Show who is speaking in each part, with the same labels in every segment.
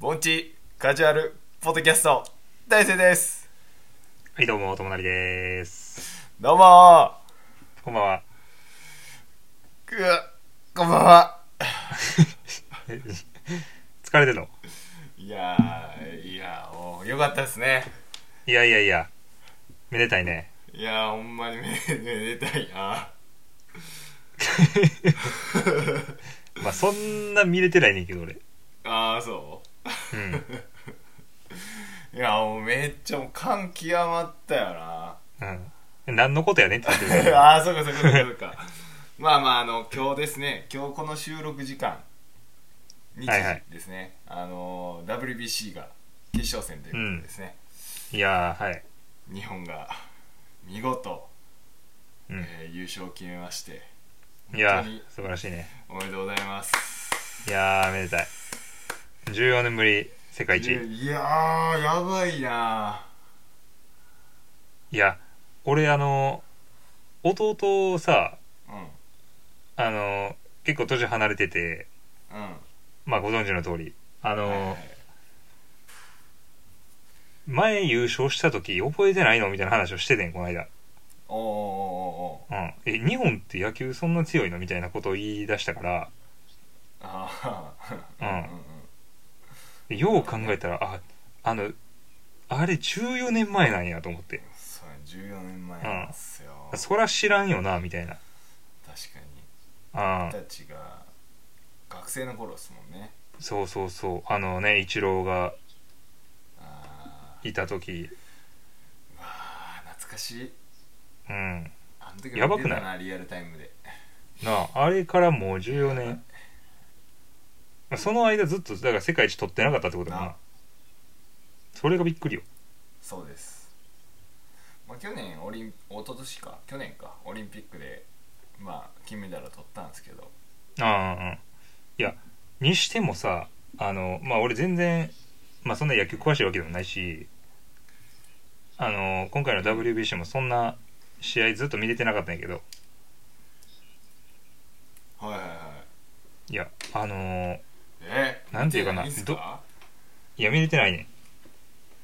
Speaker 1: オンチカジュアルポッドキャスト大勢です
Speaker 2: はい、どうも、ともなりです。
Speaker 1: どうもー
Speaker 2: こんばんは。
Speaker 1: くわこんばんは
Speaker 2: え疲れてんの
Speaker 1: いやーいやーおーよかったですね
Speaker 2: いやいやいや、めでたいね。
Speaker 1: いやーほんまにめめでたいな
Speaker 2: まあ、そんな見れてないねんけど、俺。
Speaker 1: ああそ
Speaker 2: うん。
Speaker 1: ういやーもうめっちゃもう感極まったよな
Speaker 2: うん。何のことやねんって言ってるけど。
Speaker 1: ああそうかそうかそうかそうかまあまああの今日ですね今日この収録時間日
Speaker 2: はいはい
Speaker 1: 時ですね、あのー WBC が決勝戦ということですね、
Speaker 2: いやー、はい。
Speaker 1: 日本が見事、
Speaker 2: うん。
Speaker 1: えー優勝を決めまして
Speaker 2: いや
Speaker 1: 本当に
Speaker 2: ー、素晴らしいね。
Speaker 1: おめでとうございます
Speaker 2: いやー、めでたい。14年ぶり、世界
Speaker 1: い
Speaker 2: 一。
Speaker 1: や
Speaker 2: い
Speaker 1: いやーやばいな
Speaker 2: や、俺、あの、弟さ、
Speaker 1: ーうん
Speaker 2: あの、結構年離れてて、
Speaker 1: うん
Speaker 2: まあ、ご存知の通り。あの、
Speaker 1: はいはい
Speaker 2: 前優勝した時、覚えてないのみたいな話をしててん、この間。
Speaker 1: おーおーおーおー
Speaker 2: うん、え日本って野球そんな強いのみたいなことを言い出したから
Speaker 1: あ
Speaker 2: う
Speaker 1: ー
Speaker 2: ん
Speaker 1: うんうん
Speaker 2: よう考えたらああのあれ14年前なんやと思って
Speaker 1: そうや14年前なんですよ、確
Speaker 2: そら知らんよなみたいな
Speaker 1: かに
Speaker 2: あ
Speaker 1: 僕たちが学生の頃ですもんね
Speaker 2: そうそうそうあのねイチローが
Speaker 1: あ
Speaker 2: いた時
Speaker 1: ーうわー懐かしい
Speaker 2: うん
Speaker 1: あの時
Speaker 2: やばくない
Speaker 1: 見てたリアルタイムで
Speaker 2: なああれからもう14年まあその間ずっとだから世界一取ってなかったってことか
Speaker 1: な
Speaker 2: なそれがびっくりよ
Speaker 1: そうです、まあ、去年オリン一昨年か去年かオリンピックでまあ金メダルを取ったんですけど
Speaker 2: ああうんいやにしてもさあのまあ俺全然、まあ、そんな野球詳しいわけでもないしあの今回の WBC もそんな試合ずっと見れてなかったんやけど
Speaker 1: はいはいはい
Speaker 2: いやあのー
Speaker 1: え
Speaker 2: なんていうかな
Speaker 1: 見んすか
Speaker 2: いや見れてないね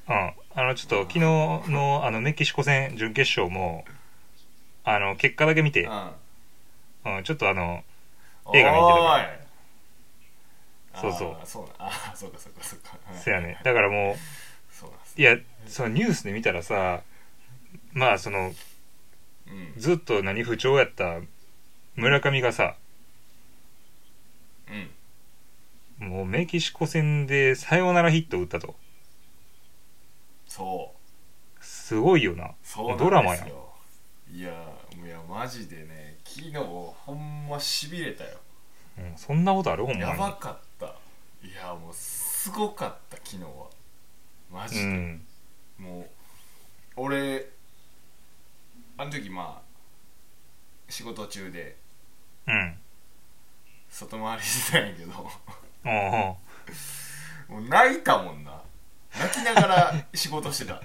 Speaker 2: んうんあのちょっと昨日のあのメキシコ戦準決勝もあの結果だけ見て、うん、ちょっとあの
Speaker 1: うん
Speaker 2: 映画見てたから
Speaker 1: おーい
Speaker 2: そうそう
Speaker 1: あーそうなあーそうかそうかそうか
Speaker 2: そやねだからもう
Speaker 1: そうなんです
Speaker 2: いやそのニュースで見たらさまあその
Speaker 1: うん
Speaker 2: ずっと何不調やった村上がさ
Speaker 1: うん
Speaker 2: もうメキシコ戦でサヨナラヒットを打ったと
Speaker 1: そう
Speaker 2: すごいよな
Speaker 1: そうなんですよ
Speaker 2: ドラマやん
Speaker 1: いやーいやマジでね昨日ほんましびれたよ
Speaker 2: うん、そんなことあるほんま
Speaker 1: やば
Speaker 2: に
Speaker 1: かったいやもうすごかった昨日はマジ
Speaker 2: う
Speaker 1: で、
Speaker 2: ん
Speaker 1: もう俺あの時まあ仕事中で
Speaker 2: うん
Speaker 1: 外回りしてたんやけど も
Speaker 2: おうおう
Speaker 1: う泣いたもんな泣きながら仕事してた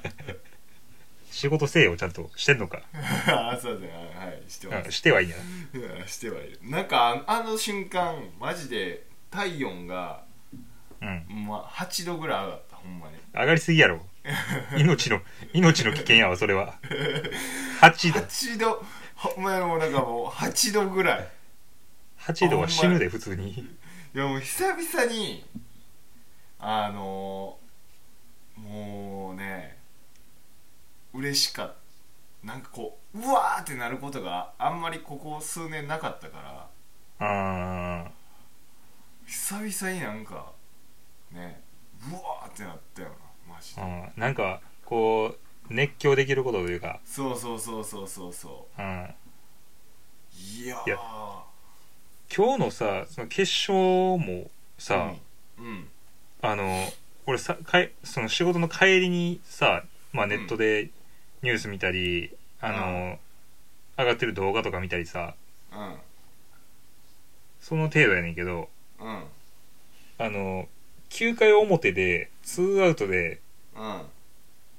Speaker 2: 仕事せえよちゃんとしてんのか、
Speaker 1: あそうですねはいしてま
Speaker 2: うん、
Speaker 1: す
Speaker 2: してはいいんや
Speaker 1: うんしてはいるなんかああの瞬間マジで体温が、
Speaker 2: なうん
Speaker 1: まあ、8度ぐらい上がったほんまに
Speaker 2: 上がりすぎやろ命の命の危険やわそれは8度
Speaker 1: 8度ほんまにもうなんかもう8度ぐらい
Speaker 2: 8度は死ぬで普通に
Speaker 1: いやもう久々にあのもうね嬉しかったなんかこううわーってなることがあんまりここ数年なかったから
Speaker 2: あ
Speaker 1: 久々になんかねうわーってなったよなマジ
Speaker 2: ー
Speaker 1: で、
Speaker 2: うんなんかこう熱狂できることというか、
Speaker 1: そうそうそうそうそうそ
Speaker 2: うん、
Speaker 1: ういやー
Speaker 2: いや今日のさその決勝もさ、
Speaker 1: うん、うん
Speaker 2: あの俺さかいその仕事の帰りにさ、まあ、ネットでニュース見たり、あの上がってる動画とか見たりさ
Speaker 1: うん
Speaker 2: その程度やねんけど
Speaker 1: うん
Speaker 2: あの9回表でツーアウトで
Speaker 1: う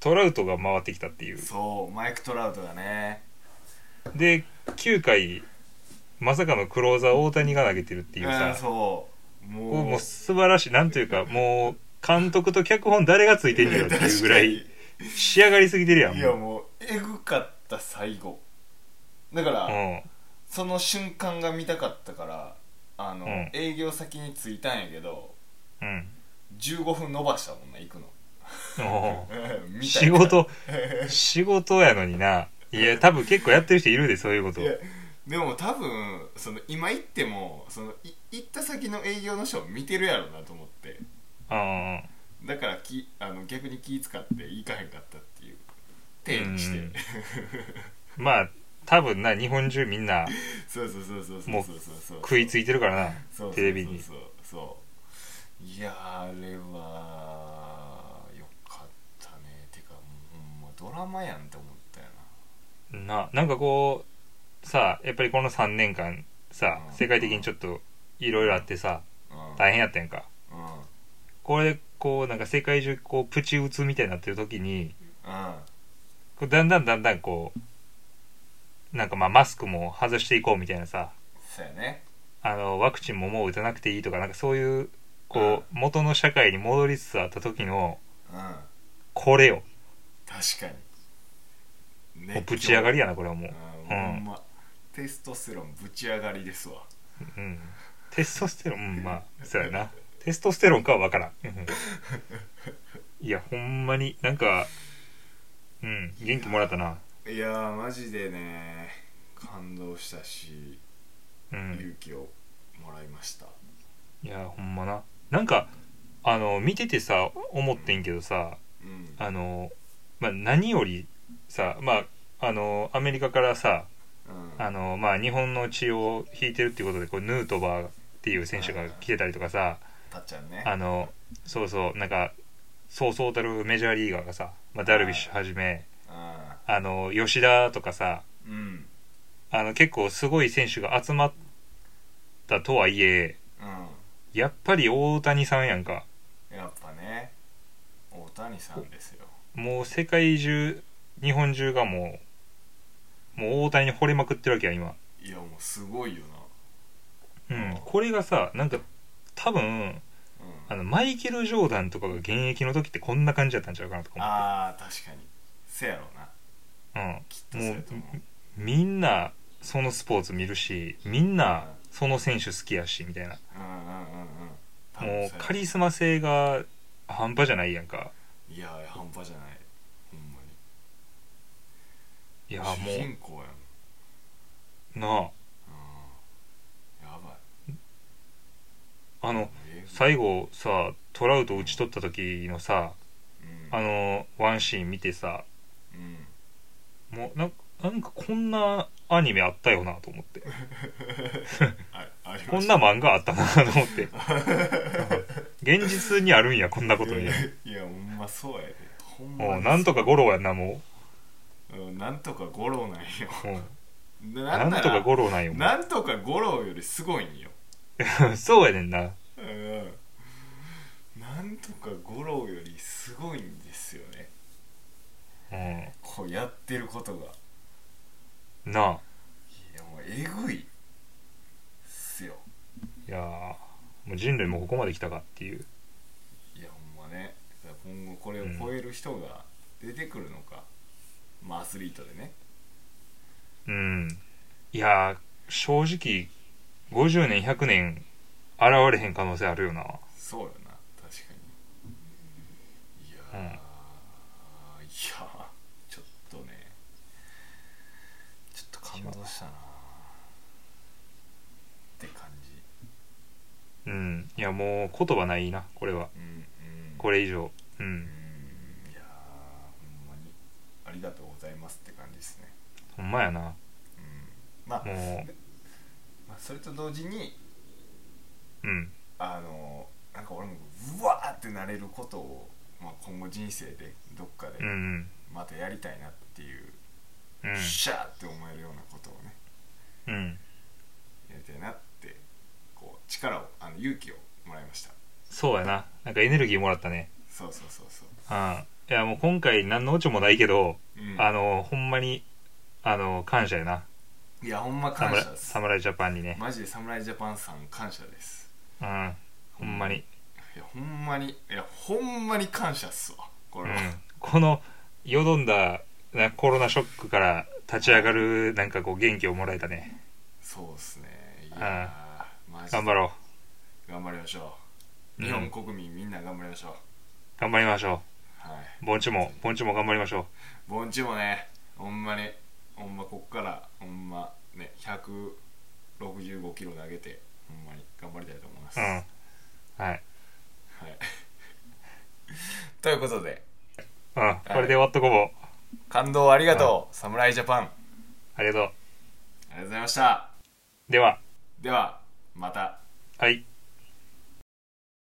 Speaker 2: トラウトが回ってきたっていうん
Speaker 1: そうマイク・トラウトがね
Speaker 2: で9回まさかのクローザー大谷が投げてるっていう
Speaker 1: うん
Speaker 2: さ
Speaker 1: そうもう
Speaker 2: もう素晴らしいなんというかもう監督と脚本誰がついてんねやろっていうぐらい仕上がりすぎてるや
Speaker 1: 確か
Speaker 2: ん
Speaker 1: にいやもうえぐかった最後だから、
Speaker 2: も
Speaker 1: その瞬間が見たかったからあの、
Speaker 2: うん
Speaker 1: 営業先に着いたんやけど
Speaker 2: ううん
Speaker 1: 15分伸ばしたもんな行くの
Speaker 2: うんお
Speaker 1: み
Speaker 2: う
Speaker 1: たいな
Speaker 2: 仕事仕事やのにないや多分結構やってる人いるでそういうこと
Speaker 1: いやでも多分その今行ってもそのい行った先の営業の人を見てるやろうなと思って
Speaker 2: あ
Speaker 1: だからきあの逆に気使って行かへんかったっていう手にして、
Speaker 2: うんまあ多分な日本中みんな
Speaker 1: そうそうそうそうそ
Speaker 2: も
Speaker 1: う
Speaker 2: う
Speaker 1: そうそうそう
Speaker 2: 食いついてるから
Speaker 1: そうそうそう
Speaker 2: なテレビに
Speaker 1: そうそういやーあれはよかったねてかもうほんまドラマやんって思ったよ
Speaker 2: ななんかこうさやっぱりこの3年間さ
Speaker 1: うん
Speaker 2: 世界的にちょっといろいろあってさ
Speaker 1: なうん
Speaker 2: 大変やったやんか
Speaker 1: うんうん
Speaker 2: これこうなんか世界中こうプチ打つみたいになってる時にこうだんだんだんだんこうなんかまあマスクも外していこうみたいなさ
Speaker 1: そうやね
Speaker 2: あのワクチンももう打たなくていいとかなんかそういうこう元の社会に戻りつつあった時の
Speaker 1: うん
Speaker 2: これよ
Speaker 1: 確かに
Speaker 2: もう
Speaker 1: ね
Speaker 2: ぶち上がりやなこれはもう
Speaker 1: うんほんまテストステロンぶち上がりですわ
Speaker 2: うんテストステロンうんまあそうやなテストステロンかは分からん うんいやほんまになんかうん元気もらったない
Speaker 1: やーマジでね感動したし、
Speaker 2: うん
Speaker 1: 勇気をもらいました
Speaker 2: いやほんまななんかあの見ててさ思ってんけどさ
Speaker 1: うん
Speaker 2: あの、まあ、何よりさまああのアメリカからさ
Speaker 1: うん
Speaker 2: あの、まあ、日本の血を引いてるっていうことでこうヌートバーっていう選手が来てたりとかさ、
Speaker 1: たっちゃんね
Speaker 2: あのそうそうなんかそうそうたるメジャーリーガーがさ、まあ、ダルビッシュはじめあの吉田とかさ
Speaker 1: うんうん
Speaker 2: あの結構すごい選手が集まったとはいえ
Speaker 1: う
Speaker 2: やっぱり大谷さんやんか
Speaker 1: んやっぱね大谷さんですよ
Speaker 2: もう世界中日本中がもうもう大谷に惚れまくってるわけや今、
Speaker 1: いやもうすごいよ
Speaker 2: う
Speaker 1: うん
Speaker 2: ん、これがさなんか多分
Speaker 1: な、
Speaker 2: あ
Speaker 1: うん、
Speaker 2: のマイケル・ジョーダンとかが現役の時ってこんな感じだったんちゃうかなとか思って
Speaker 1: あー確かにせやろな
Speaker 2: うん、
Speaker 1: きっとそうやと思う
Speaker 2: もみんなそのスポーツ見るしみんなその選手好きやしみたいな
Speaker 1: うんうんうんうん多分
Speaker 2: もう
Speaker 1: そうや
Speaker 2: カリスマ性が半端じゃないやんか
Speaker 1: いや半端じゃないほんまに
Speaker 2: いや
Speaker 1: 主
Speaker 2: も
Speaker 1: 人公やん
Speaker 2: うな
Speaker 1: うんやばい
Speaker 2: ああの
Speaker 1: えぐ
Speaker 2: 最後さトラウト打ち取った時のさ
Speaker 1: うん
Speaker 2: あのワンシーン見てさ
Speaker 1: うん
Speaker 2: もうなんかなんかこんなアニメあったよなと思って
Speaker 1: あありました
Speaker 2: こんな漫画あったなと思 って現実にあるんやこんなことに
Speaker 1: いやいやほんまそうやでほんま
Speaker 2: もう
Speaker 1: に
Speaker 2: なんとか五郎やんなも
Speaker 1: うんなんとか五郎なんよ
Speaker 2: うもう
Speaker 1: な
Speaker 2: なん
Speaker 1: なら
Speaker 2: とか五郎なんよもう
Speaker 1: なんとか五郎よりすごいんよ、
Speaker 2: そうやねんな
Speaker 1: うん、なんとか五郎よりすごいんですよね
Speaker 2: う
Speaker 1: こうやってることが
Speaker 2: んなあ
Speaker 1: いやもうえぐいっすよ
Speaker 2: いやーもう人類もここまで来たかっていう
Speaker 1: いやほんまねだから今後これを超える人が出てくるのか、まあアスリートでね
Speaker 2: うんいやー正直50年100年現れへん可能性あるよな
Speaker 1: そうよな確かにいやー、
Speaker 2: うん
Speaker 1: いやーちょっとねちょっと感動したなって感じ
Speaker 2: うんいやもう言葉ないなこれは
Speaker 1: うんうん
Speaker 2: これ以上う
Speaker 1: うんんいやーほんまにありがとうございますって感じですね
Speaker 2: ほんまやな
Speaker 1: うんまあ、
Speaker 2: も
Speaker 1: まあそれと同時に
Speaker 2: ううん
Speaker 1: あのなんか俺もうわーってなれることを、まあ、今後人生でどっかで
Speaker 2: うんうん
Speaker 1: またやりたいなっていう、
Speaker 2: うん
Speaker 1: シャーって思えるようなことをね
Speaker 2: うん
Speaker 1: やりたいなってこう力をあの勇気をもらいました
Speaker 2: そうやななんかエネルギーもらったね
Speaker 1: そうそうそうそう、
Speaker 2: うんいやもう今回何のオチもないけど、
Speaker 1: うん、
Speaker 2: あのほんまにあの感謝やない
Speaker 1: やほんま感
Speaker 2: 侍
Speaker 1: 謝です
Speaker 2: 侍ジャパンにね
Speaker 1: マジで侍ジャパンさん感謝です
Speaker 2: うんほんまに。
Speaker 1: いやほんまにいやほんまに感謝っすわこ
Speaker 2: う
Speaker 1: れは、
Speaker 2: ん、このよどんだなコロナショックから立ち上がるなんかこう元気をもらえたね
Speaker 1: そうっすねいやーマジで
Speaker 2: 頑張ろ
Speaker 1: 頑張りましょう
Speaker 2: う、う
Speaker 1: 日本
Speaker 2: ん、
Speaker 1: 国民みんな頑張りましょう、
Speaker 2: 頑張りましょ
Speaker 1: はい、
Speaker 2: う盆地も盆地も頑張りましょ
Speaker 1: 盆地もねほんまにほんまこっからほんまね165キロ投げてほんまに頑張りたいと思います、
Speaker 2: うう
Speaker 1: はい、
Speaker 2: んはい、
Speaker 1: ということで
Speaker 2: うん、これで終わっとこうも
Speaker 1: 感動をありがとう侍ジャパンあ
Speaker 2: ありがと
Speaker 1: りがとうございました
Speaker 2: うでは
Speaker 1: ではまた
Speaker 2: はい